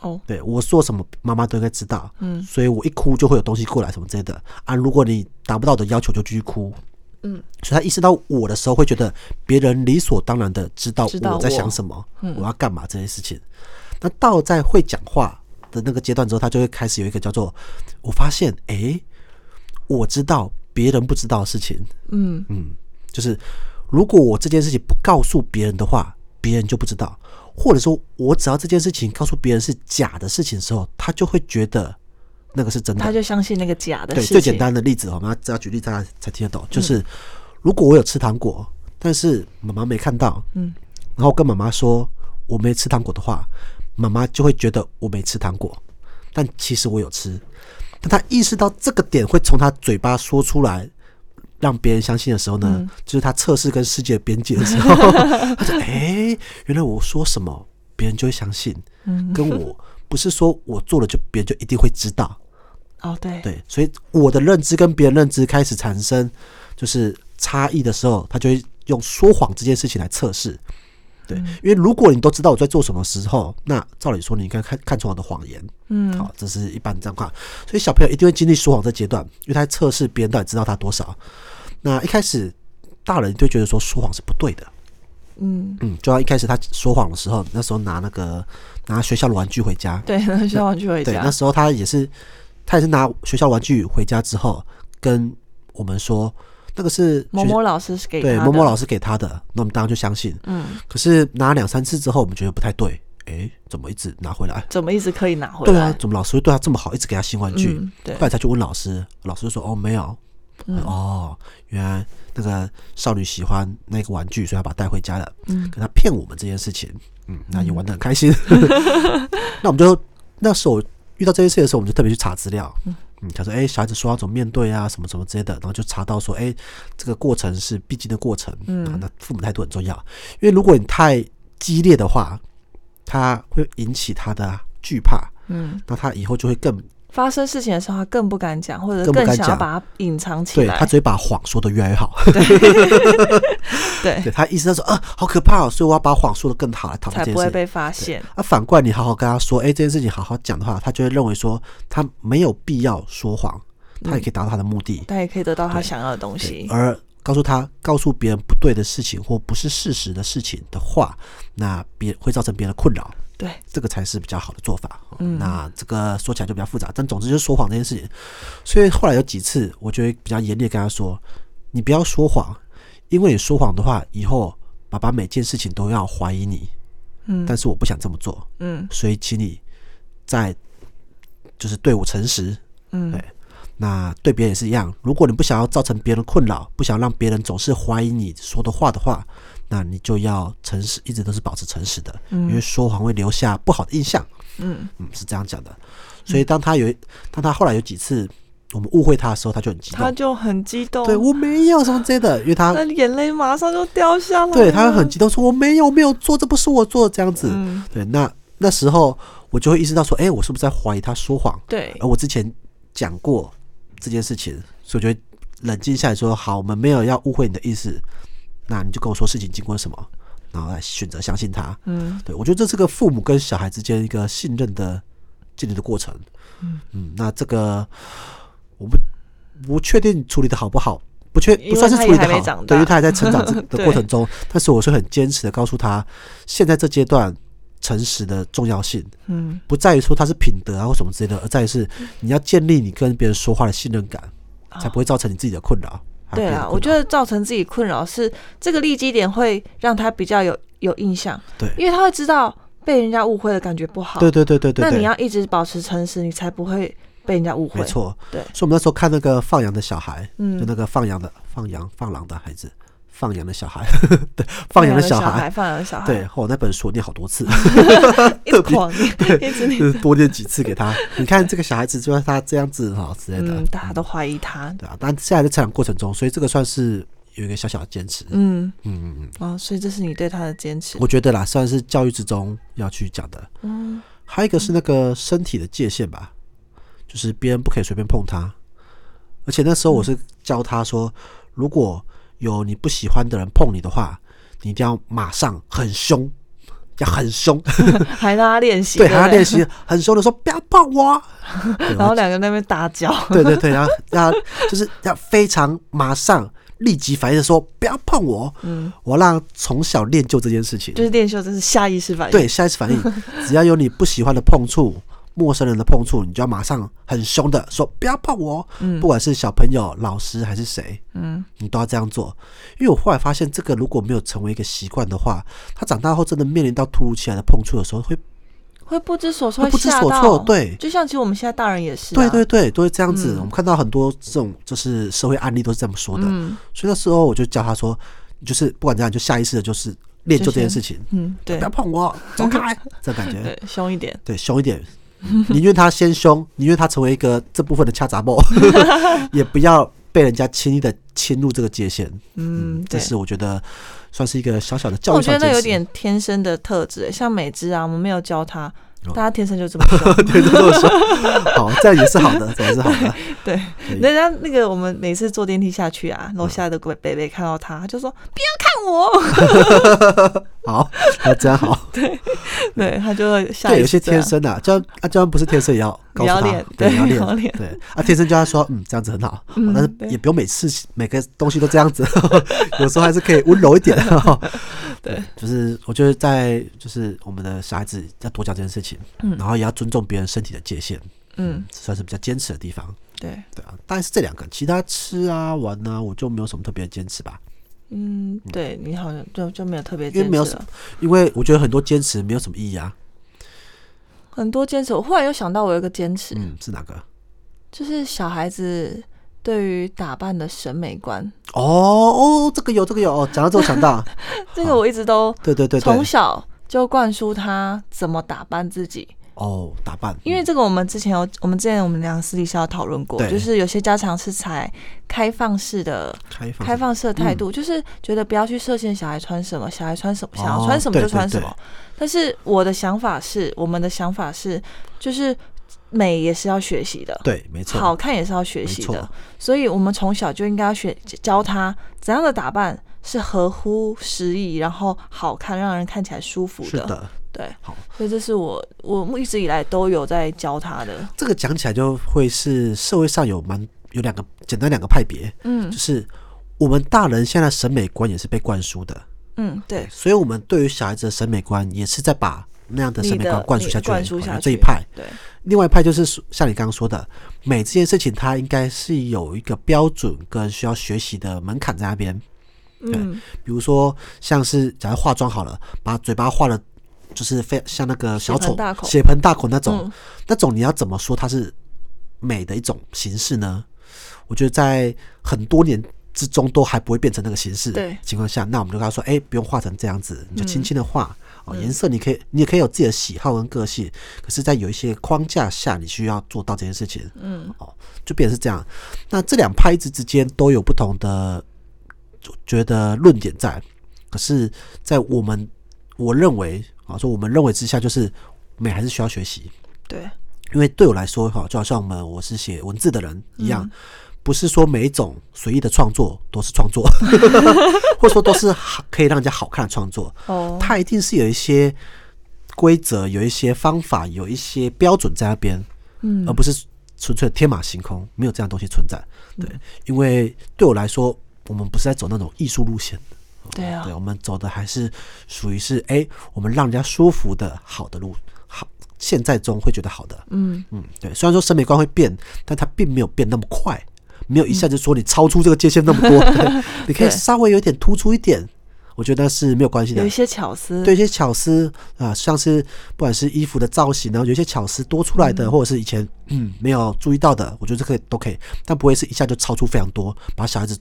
Speaker 3: 哦，
Speaker 2: 对我做什么，妈妈都应该知道，
Speaker 3: 嗯
Speaker 2: 所以我一哭就会有东西过来什么之类的啊。如果你达不到我的要求，就继续哭。
Speaker 3: 嗯，
Speaker 2: 所以他意识到我的时候，会觉得别人理所当然的知道
Speaker 3: 知道
Speaker 2: 我在
Speaker 3: 我嗯
Speaker 2: 想什么，我要干嘛这些事情。那到在会讲话的那个阶段之后，他就会开始有一个叫做“我发现，诶，我知道别人不知道的事情”，
Speaker 3: 嗯，
Speaker 2: 嗯，就是如果我这件事情不告诉别人的话，别人就不知道；或者说我只要这件事情告诉别人是假的事情的时候，他就会觉得那个是真的。
Speaker 3: 他就相信那个假的
Speaker 2: 嗯对，
Speaker 3: 事情，
Speaker 2: 最简单的例子，我们要只要举例，大家才听得懂。就是如果我有吃糖果，但是妈妈没看到，
Speaker 3: 嗯，
Speaker 2: 然后我跟妈妈说我没吃糖果的话，妈妈就会觉得我没吃糖果，但其实我有吃。但他意识到这个点会从他嘴巴说出来，让别人相信的时候呢，
Speaker 3: 嗯
Speaker 2: 就是他测试跟世界边界的时
Speaker 3: [LAUGHS]
Speaker 2: 候，他说：“哎、原来我说什么，别人就会相信。
Speaker 3: 嗯
Speaker 2: 跟我不是说我做了就别人就一定会知道，
Speaker 3: 哦，对，
Speaker 2: 对，所以我的认知跟别人认知开始产生就是差异的时候，他就会用说谎这件事情来测试。对，
Speaker 3: 嗯
Speaker 2: 因为如果你都知道我在做什么时候，那照理说你应该看看出我的谎言。
Speaker 3: 嗯，
Speaker 2: 好，这是一般状况。所以小朋友一定会经历说谎这阶段，因为他在测试别人到底知道他多少。那一开始大人就觉得说说谎是不对的，
Speaker 3: 嗯，
Speaker 2: 嗯，就像一开始他说谎的时候，那时候拿那个拿学校的玩具回家，
Speaker 3: 对，那消防局回
Speaker 2: 对，
Speaker 3: 家
Speaker 2: 那，时候他也是，他也是拿学校玩具回家之后跟我们说，那个是
Speaker 3: 某
Speaker 2: 学
Speaker 3: 某老师是给
Speaker 2: 对
Speaker 3: 他
Speaker 2: 某某
Speaker 3: 的
Speaker 2: 老师给他的，那我们当然就相信。
Speaker 3: 嗯，
Speaker 2: 可是拿两三次之后，我们觉得不太对，诶，怎么一直拿回来？
Speaker 3: 怎么一直可以拿回来？
Speaker 2: 对啊，怎么老师会对他这么好，一直给他新玩具？
Speaker 3: 嗯，对
Speaker 2: 后，来才去问老师，老师就说哦没有，哦，原来那个少女喜欢那个玩具，所以她把它带回家了。
Speaker 3: 嗯
Speaker 2: 可她骗我们这件事情，嗯，那也玩得很开心。 [LAUGHS] 那我们就那时候我遇到这件事情的时候，我们就特别去查资料。嗯，他说：“哎、小孩子说要怎么面对啊，什么什么之类的。”然后就查到说：“哎、这个过程是必经的过程。”嗯，那父母态度很重要，因为如果你太激烈的话，他会引起他的惧怕，
Speaker 3: 嗯，
Speaker 2: 那他以后就会更
Speaker 3: 发生事情的时候，他更不敢讲，或者
Speaker 2: 更不
Speaker 3: 更
Speaker 2: 敢
Speaker 3: 想要
Speaker 2: 讲
Speaker 3: 把它隐藏起
Speaker 2: 对
Speaker 3: 来
Speaker 2: 他。只会把谎说的越来越好。
Speaker 3: 对，
Speaker 2: [LAUGHS] 对他意识到说啊，好可怕哦，所以我要把谎说的更好来讨论
Speaker 3: 才
Speaker 2: 这
Speaker 3: 不
Speaker 2: 件
Speaker 3: 会
Speaker 2: 事情。
Speaker 3: 被发现。
Speaker 2: 啊，反过来你好好跟他说，哎、这件事情好好讲的话，他就会认为说他没有必要说谎，他也可以达到他的目的。
Speaker 3: 他也可以得到他想要的东西。
Speaker 2: 而告诉他告诉别人不对的事情或不是事实的事情的话，那别会造成别人的困扰，
Speaker 3: 对，
Speaker 2: 这个才是比较好的做法。嗯，那这个说起来就比较复杂，但总之就是说谎这件事情。所以后来有几次，我就会比较严厉地跟他说：“你不要说谎，因为你说谎的话，以后爸爸每件事情都要怀疑你。”
Speaker 3: 嗯
Speaker 2: 但是我不想这么做，
Speaker 3: 嗯
Speaker 2: 所以请你在就是对我诚实，
Speaker 3: 嗯
Speaker 2: 对，那对别人也是一样。如果你不想要造成别人困扰，不想让别人总是怀疑你说的话的话，那你就要诚实，一直都是保持诚实的，因为说谎会留下不好的印象。
Speaker 3: 嗯
Speaker 2: 嗯，是这样讲的。所以当他有一，当他后来有几次我们误会他的时候，他就很激
Speaker 3: 他
Speaker 2: 动，
Speaker 3: 就很激动，
Speaker 2: 对我没有什么之类的，因为他
Speaker 3: 那眼泪马上就掉下来了，
Speaker 2: 对他很激动说我没有我没有做，这不是我做的这样子。
Speaker 3: 嗯，
Speaker 2: 对，那那时候我就会意识到说，哎、我是不是在怀疑他说谎？
Speaker 3: 对
Speaker 2: 而我之前讲过这件事情，所以我就会冷静下来说，好，我们没有要误会你的意思，那你就跟我说事情经过什么，然后来选择相信他。
Speaker 3: 嗯，
Speaker 2: 对我觉得这是个父母跟小孩之间一个信任的建立的过程。嗯那这个我不不确定处理的好不好。不确
Speaker 3: 因为
Speaker 2: 不算是
Speaker 3: 他
Speaker 2: 处理的
Speaker 3: 也还没长
Speaker 2: 好，
Speaker 3: 大
Speaker 2: 对，因为他还在成长这的
Speaker 3: [LAUGHS] 对
Speaker 2: 过程中，但是我是很坚持的告诉他，现在这阶段诚实的重要性，
Speaker 3: 嗯
Speaker 2: 不在于说他是品德啊或什么之类的，而在于是你要建立你跟别人说话的信任感，才不会造成你自己的困扰。还有
Speaker 3: 啊对
Speaker 2: 别人
Speaker 3: 啊
Speaker 2: 的，
Speaker 3: 我
Speaker 2: 困
Speaker 3: 觉
Speaker 2: 扰
Speaker 3: 得造成自己困扰是这个立基点会让他比较有有印象，
Speaker 2: 对
Speaker 3: 因为他会知道被人家误会的感觉不好，
Speaker 2: 对对对对对
Speaker 3: 那你
Speaker 2: 对，
Speaker 3: 要一直保持诚实，你才不会被人家误会，
Speaker 2: 没，错。
Speaker 3: 对
Speaker 2: 所以我们那时候看那个放羊的小孩，
Speaker 3: 嗯
Speaker 2: 就那个放羊的放羊放狼的孩子，放羊的小孩， [LAUGHS] 对，放羊的小孩。
Speaker 3: 孩，放养的小孩，
Speaker 2: 对，，我、那本书我念好多
Speaker 3: [LAUGHS]
Speaker 2: 次，
Speaker 3: 一直狂
Speaker 2: [LAUGHS]
Speaker 3: 念， [LAUGHS] 一直念，
Speaker 2: 就是多念几次给他。你看这个小孩子，就像他这样子哈之类的，
Speaker 3: 嗯，大家都怀疑他，
Speaker 2: 对啊。但现在在成长过程中，所以这个算是有一个小小的坚持。
Speaker 3: 嗯，
Speaker 2: 嗯嗯嗯，
Speaker 3: 哦，所以这是你对他的坚持，
Speaker 2: 我觉得啦，算是教育之中要去讲的。
Speaker 3: 嗯
Speaker 2: 还有一个是那个身体的界限吧，就是别人不可以随便碰他。而且那时候我是教他说，如果有你不喜欢的人碰你的话，你一定要马上很凶，要很凶，
Speaker 3: 还让他练习，
Speaker 2: 对，
Speaker 3: 不
Speaker 2: 还要练习很凶的说不要碰我啊，对
Speaker 3: [LAUGHS] 然后两个人在那边打架，
Speaker 2: 对对对，然后要就是要非常马上立即反应的说不要碰我，
Speaker 3: 嗯，
Speaker 2: 我让从小练就这件事情，
Speaker 3: [LAUGHS] 就是练习，这是下意识反应，
Speaker 2: 对，下意识反应，
Speaker 3: [LAUGHS]
Speaker 2: 只要有你不喜欢的碰触、陌生人的碰触，你就要马上很凶的说不要碰我。
Speaker 3: 嗯
Speaker 2: 不管是小朋友、老师还是谁，
Speaker 3: 嗯，
Speaker 2: 你都要这样做。因为我后来发现，这个如果没有成为一个习惯的话，他长大后真的面临到突如其来的碰触的时候，会
Speaker 3: 会不知所措，
Speaker 2: 会不知
Speaker 3: 吓
Speaker 2: 所
Speaker 3: 到
Speaker 2: 措。，对。
Speaker 3: 就像其实我们现在大人也是、
Speaker 2: 对
Speaker 3: 啊，
Speaker 2: 对对，都是这样子。
Speaker 3: 嗯
Speaker 2: 我们看到很多这种就是社会案例都是这么说的，
Speaker 3: 嗯
Speaker 2: 所以那时候我就教他说，就是不管怎样，你就下意识的就是练就
Speaker 3: [LAUGHS] 就
Speaker 2: 这件
Speaker 3: 先
Speaker 2: 事情，
Speaker 3: 嗯，对
Speaker 2: 不要碰我，走
Speaker 3: [LAUGHS]
Speaker 2: 开，这种感觉。
Speaker 3: 对，凶一点，
Speaker 2: 对，凶一点， [LAUGHS] 宁愿他先凶，宁愿他成为一个这部分的掐杂
Speaker 3: [LAUGHS]
Speaker 2: 帽，也不要被人家轻易的侵入这个界限。
Speaker 3: 嗯，
Speaker 2: 这
Speaker 3: 对。
Speaker 2: 是我觉得算是一个小小的教
Speaker 3: 我
Speaker 2: 育
Speaker 3: 觉
Speaker 2: 上
Speaker 3: 得
Speaker 2: 的
Speaker 3: 那有
Speaker 2: 见识。
Speaker 3: 点天生的特质，像美芝啊，我们没有教她，
Speaker 2: 哦
Speaker 3: 大家天生就这么
Speaker 2: [LAUGHS]
Speaker 3: 凶。
Speaker 2: [LAUGHS] 对，这么说，好，这样也是好的，这样也是好的。
Speaker 3: 对，
Speaker 2: 对
Speaker 3: 人家那个我们每次坐电梯下去啊，
Speaker 2: 嗯
Speaker 3: 楼下的北北北看到她，她就说不要看我， [LAUGHS]
Speaker 2: 好，那这样好。
Speaker 3: 对，她就会下
Speaker 2: 对，有
Speaker 3: 意识
Speaker 2: 些
Speaker 3: 这样
Speaker 2: 天生的、啊，就算啊，就算不是天生也
Speaker 3: [LAUGHS]
Speaker 2: 要告诉
Speaker 3: 也要
Speaker 2: 他
Speaker 3: 练，
Speaker 2: 对，
Speaker 3: 对
Speaker 2: 也要
Speaker 3: 也要
Speaker 2: 练
Speaker 3: 练，
Speaker 2: 对啊，天生就要说，嗯，这样子很好，哦但
Speaker 3: 对
Speaker 2: 是也不用每次每个东西都这样子， [LAUGHS] 有时候还是可以温柔一
Speaker 3: [LAUGHS]
Speaker 2: 点。哦
Speaker 3: 对，
Speaker 2: 就是我觉得在就是我们的小孩子要多讲这件事情，
Speaker 3: 嗯
Speaker 2: 然后也要尊重别人身体的界限，
Speaker 3: 嗯，
Speaker 2: 这算是比较坚持的地方，
Speaker 3: 对，
Speaker 2: 对啊。大概是这两个，其他吃啊玩啊，我就没有什么特别的坚持吧，
Speaker 3: 嗯，对你好像就就没有特别
Speaker 2: 因为
Speaker 3: 坚
Speaker 2: 没有
Speaker 3: 持
Speaker 2: 什
Speaker 3: 了，
Speaker 2: 因为我觉得很多坚持没有什么意义啊。
Speaker 3: 很多坚持。我忽然又想到我有一个坚持，
Speaker 2: 嗯，是哪个？
Speaker 3: 就是小孩子对于打扮的审美观，
Speaker 2: 哦哦，这个有这个有，哦讲到这我想到，
Speaker 3: 这个我一直都
Speaker 2: 对对对对
Speaker 3: 从，小就灌输他怎么打扮自己，
Speaker 2: 哦，打扮，
Speaker 3: 因为这个我们之前有，我们之前我们俩私底下有讨论过，
Speaker 2: 对
Speaker 3: 就是有些家长是采开放式的。
Speaker 2: 开放
Speaker 3: 开放式的态度、
Speaker 2: 嗯
Speaker 3: 就是觉得不要去设限小孩穿什么，小孩穿什么，想要穿什么
Speaker 2: 哦对
Speaker 3: 就穿
Speaker 2: 对
Speaker 3: 什么。但是我的想法是，我们的想法是，就是美也是要学习的，
Speaker 2: 对，没错，
Speaker 3: 好看也是要学
Speaker 2: 没
Speaker 3: 习
Speaker 2: 错
Speaker 3: 的，所以我们从小就应该要学教他怎样的打扮是合乎时宜，然后好看，让人看起来舒服
Speaker 2: 是的，
Speaker 3: 对，
Speaker 2: 好，
Speaker 3: 所以这是我我一直以来都有在教他的。
Speaker 2: 这个讲起来就会是社会上有蛮有两个简单两个派别，
Speaker 3: 嗯
Speaker 2: 就是我们大人现在审美观也是被灌输的，
Speaker 3: 嗯，对，
Speaker 2: 所以我们对于小孩子的审美观也是在把那样的审
Speaker 3: 你
Speaker 2: 美观
Speaker 3: 的
Speaker 2: 灌
Speaker 3: 你
Speaker 2: 输下去的。
Speaker 3: 灌输下去
Speaker 2: 这一派，
Speaker 3: 对，
Speaker 2: 另外一派就是说像你刚刚说的，美这件事情它应该是有一个标准跟需要学习的门槛在那边。
Speaker 3: 嗯，
Speaker 2: 比如说像是假如化妆好了，把嘴巴画的，就是非像那个小
Speaker 3: 血盆
Speaker 2: 丑
Speaker 3: 大口
Speaker 2: 血盆大口那种，
Speaker 3: 嗯
Speaker 2: 那种你要怎么说它是美的一种形式呢？我觉得在很多年之中都还不会变成那个形式
Speaker 3: 对
Speaker 2: 情况下，那我们就跟他说，哎、不用画成这样子，你就轻轻的画。哦，颜色你可以，你也可以有自己的喜好跟个性，可是，在有一些框架下，你需要做到这件事情。嗯，哦，就变成是这样。那这两派一直之间都有不同的就觉得论点在，可是，在我们我认为啊，说我们认为之下，就是美还是需要学习。
Speaker 3: 对，
Speaker 2: 因为对我来说，哈，就好像我们我是写文字的人一样，
Speaker 3: 嗯
Speaker 2: 不是说每一种随意的创作都是创作， [LAUGHS] 或者说都是好可以让人家好看的创作，
Speaker 3: 哦，
Speaker 2: 它一定是有一些规则、有一些方法、有一些标准在那边，
Speaker 3: 嗯
Speaker 2: 而不是纯粹天马行空，没有这样的东西存在。对，
Speaker 3: 嗯
Speaker 2: 因为对我来说，我们不是在走那种艺术路线的，
Speaker 3: 对啊
Speaker 2: 对，，我们走的还是属于是哎、我们让人家舒服的好的路，好现在中会觉得好的。
Speaker 3: 嗯，
Speaker 2: 嗯，对，虽然说审美观会变，但它并没有变那么快，没有一下子说你超出这个界限那么
Speaker 3: [LAUGHS]
Speaker 2: 多，对你可以
Speaker 3: 对
Speaker 2: 稍微有点突出一点，我觉得是没有关系的
Speaker 3: 有一。些巧思，
Speaker 2: 对一些巧思啊、像是不管是衣服的造型啊，然后有一些巧思多出来的，或者是以前嗯没有注意到的，我觉得这个都可以，但不会是一下就超出非常多，把小孩子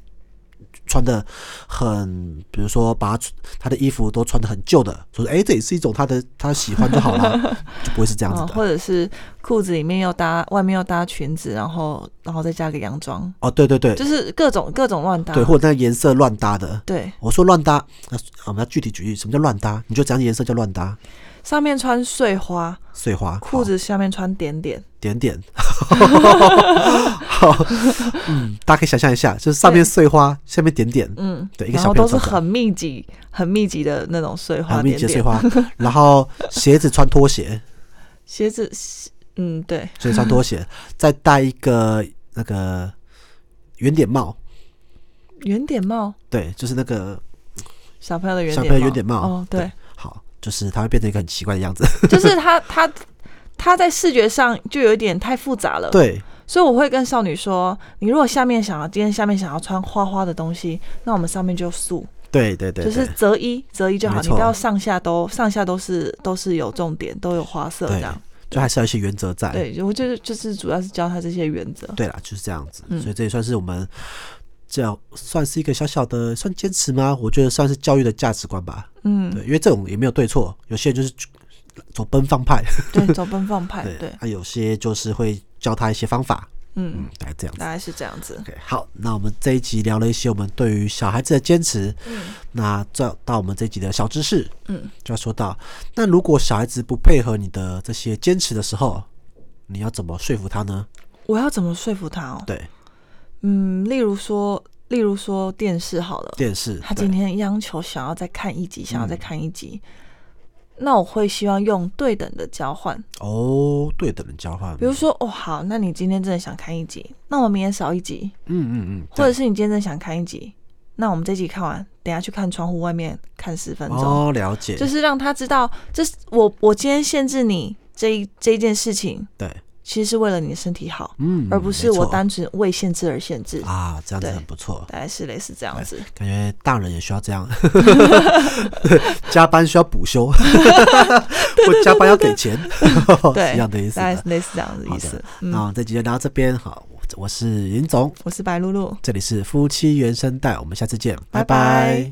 Speaker 2: 穿的很，比如说把他他的衣服都穿的很旧的，说哎、这也是一种他的他喜欢就好了，就不会是这样子
Speaker 3: 嗯，
Speaker 2: 的。
Speaker 3: 或者是裤子里面要搭，外面要搭裙子，然后然后再加个洋装，
Speaker 2: 哦，对对对，
Speaker 3: 就是各种各种乱搭。
Speaker 2: 对，或者那颜色乱搭的。
Speaker 3: 对
Speaker 2: 我说乱搭，那啊我们要具体举例，什么叫乱搭？你就讲颜色叫乱搭，
Speaker 3: 上面穿碎花，
Speaker 2: 碎花
Speaker 3: 裤
Speaker 2: 好
Speaker 3: 子下面穿点点，
Speaker 2: 点
Speaker 3: [LAUGHS]
Speaker 2: 点。好，嗯，大家可以想象一下，就是上面
Speaker 3: 对
Speaker 2: 碎花，下面点点，
Speaker 3: 嗯，
Speaker 2: 对，一个
Speaker 3: 然
Speaker 2: 小
Speaker 3: 后
Speaker 2: 朋友
Speaker 3: 都是
Speaker 2: 穿的，
Speaker 3: 很密集、很密集的那种碎花
Speaker 2: 很密
Speaker 3: 点
Speaker 2: 集的碎
Speaker 3: 点。
Speaker 2: 花， [LAUGHS] 然后鞋子穿拖鞋，
Speaker 3: 鞋子，嗯，对，
Speaker 2: 所以穿拖
Speaker 3: [LAUGHS]
Speaker 2: 鞋，再戴一个那个圆点帽，
Speaker 3: 圆点帽，
Speaker 2: 对，就是那个
Speaker 3: 小朋友的圆
Speaker 2: 小
Speaker 3: 点
Speaker 2: 朋友圆点帽，
Speaker 3: 哦，对，，
Speaker 2: 好，就是它会变成一个很奇怪的样子， [LAUGHS]
Speaker 3: 就是他他他在视觉上就有一点太复杂了，
Speaker 2: [LAUGHS] 对，
Speaker 3: 所以我会跟少女说，你如果下面想要今天下面想要穿花花的东西，那我们上面就素，
Speaker 2: 对对对，
Speaker 3: 就是
Speaker 2: 对
Speaker 3: 择一择一就好，
Speaker 2: 没
Speaker 3: 你
Speaker 2: 错
Speaker 3: 不要上下都上下都是都是有重点，都有花色这
Speaker 2: 对
Speaker 3: 样。，
Speaker 2: 就还是要有一些原则在，
Speaker 3: 对，我就是就是主要是教他这些原则。
Speaker 2: 对啦，就是这样子，
Speaker 3: 嗯
Speaker 2: 所以这也算是我们这样算是一个小小的算坚持吗？我觉得算是教育的价值观吧。
Speaker 3: 嗯，
Speaker 2: 对，因为这种也没有对错，有些人就是走奔放派，
Speaker 3: 对，走奔放派，
Speaker 2: [LAUGHS] 对，
Speaker 3: 对，
Speaker 2: 啊，有些就是会教他一些方法，
Speaker 3: 嗯
Speaker 2: 嗯，，大概这样子
Speaker 3: 大。概是这样子。
Speaker 2: OK，好，那我们这一集聊了一些我们对于小孩子的坚持。嗯，那这到我们这一集的小知识，
Speaker 3: 嗯，
Speaker 2: 就要说到，那如果小孩子不配合你的这些坚持的时候，你要怎么说服他呢？
Speaker 3: 我要怎么说服他哦？
Speaker 2: 对，
Speaker 3: 嗯，例如说，例如说电视好了，
Speaker 2: 电视，
Speaker 3: 他
Speaker 2: 对嗯
Speaker 3: 今天央求想要再看一集，想要再看一集，那我会希望用对等的交换，
Speaker 2: 哦，对等人交换，
Speaker 3: 比如说，哦，好，那你今天真的想看一集，那我们明天少一集，
Speaker 2: 嗯嗯嗯，
Speaker 3: 或者
Speaker 2: 对
Speaker 3: 是你今天真的想看一集，那我们这集看完，等一下去看窗户外面看十分钟，
Speaker 2: 哦，了解，
Speaker 3: 就是让他知道，这是我我今天限制你这一这一件事情，
Speaker 2: 对，
Speaker 3: 其实是为了你的身体好，
Speaker 2: 嗯，
Speaker 3: 而不
Speaker 2: 没
Speaker 3: 是我
Speaker 2: 错
Speaker 3: 单纯为限制而限制，
Speaker 2: 啊，这样子
Speaker 3: 对
Speaker 2: 很不错，
Speaker 3: 大概是类似这样子。
Speaker 2: 感觉大人也需要这
Speaker 3: [LAUGHS]
Speaker 2: 样， [LAUGHS] 加班需要补休，我加班要给钱，
Speaker 3: 对，
Speaker 2: [LAUGHS] 一样的意思
Speaker 3: 大概
Speaker 2: 的
Speaker 3: 是。类似这样的
Speaker 2: 好
Speaker 3: 意思嗯
Speaker 2: 的。，那我们这集就聊到这边，好，我我是林总，
Speaker 3: 我是白露露。
Speaker 2: 这里是夫妻原声带，我们下次见，拜
Speaker 3: 拜拜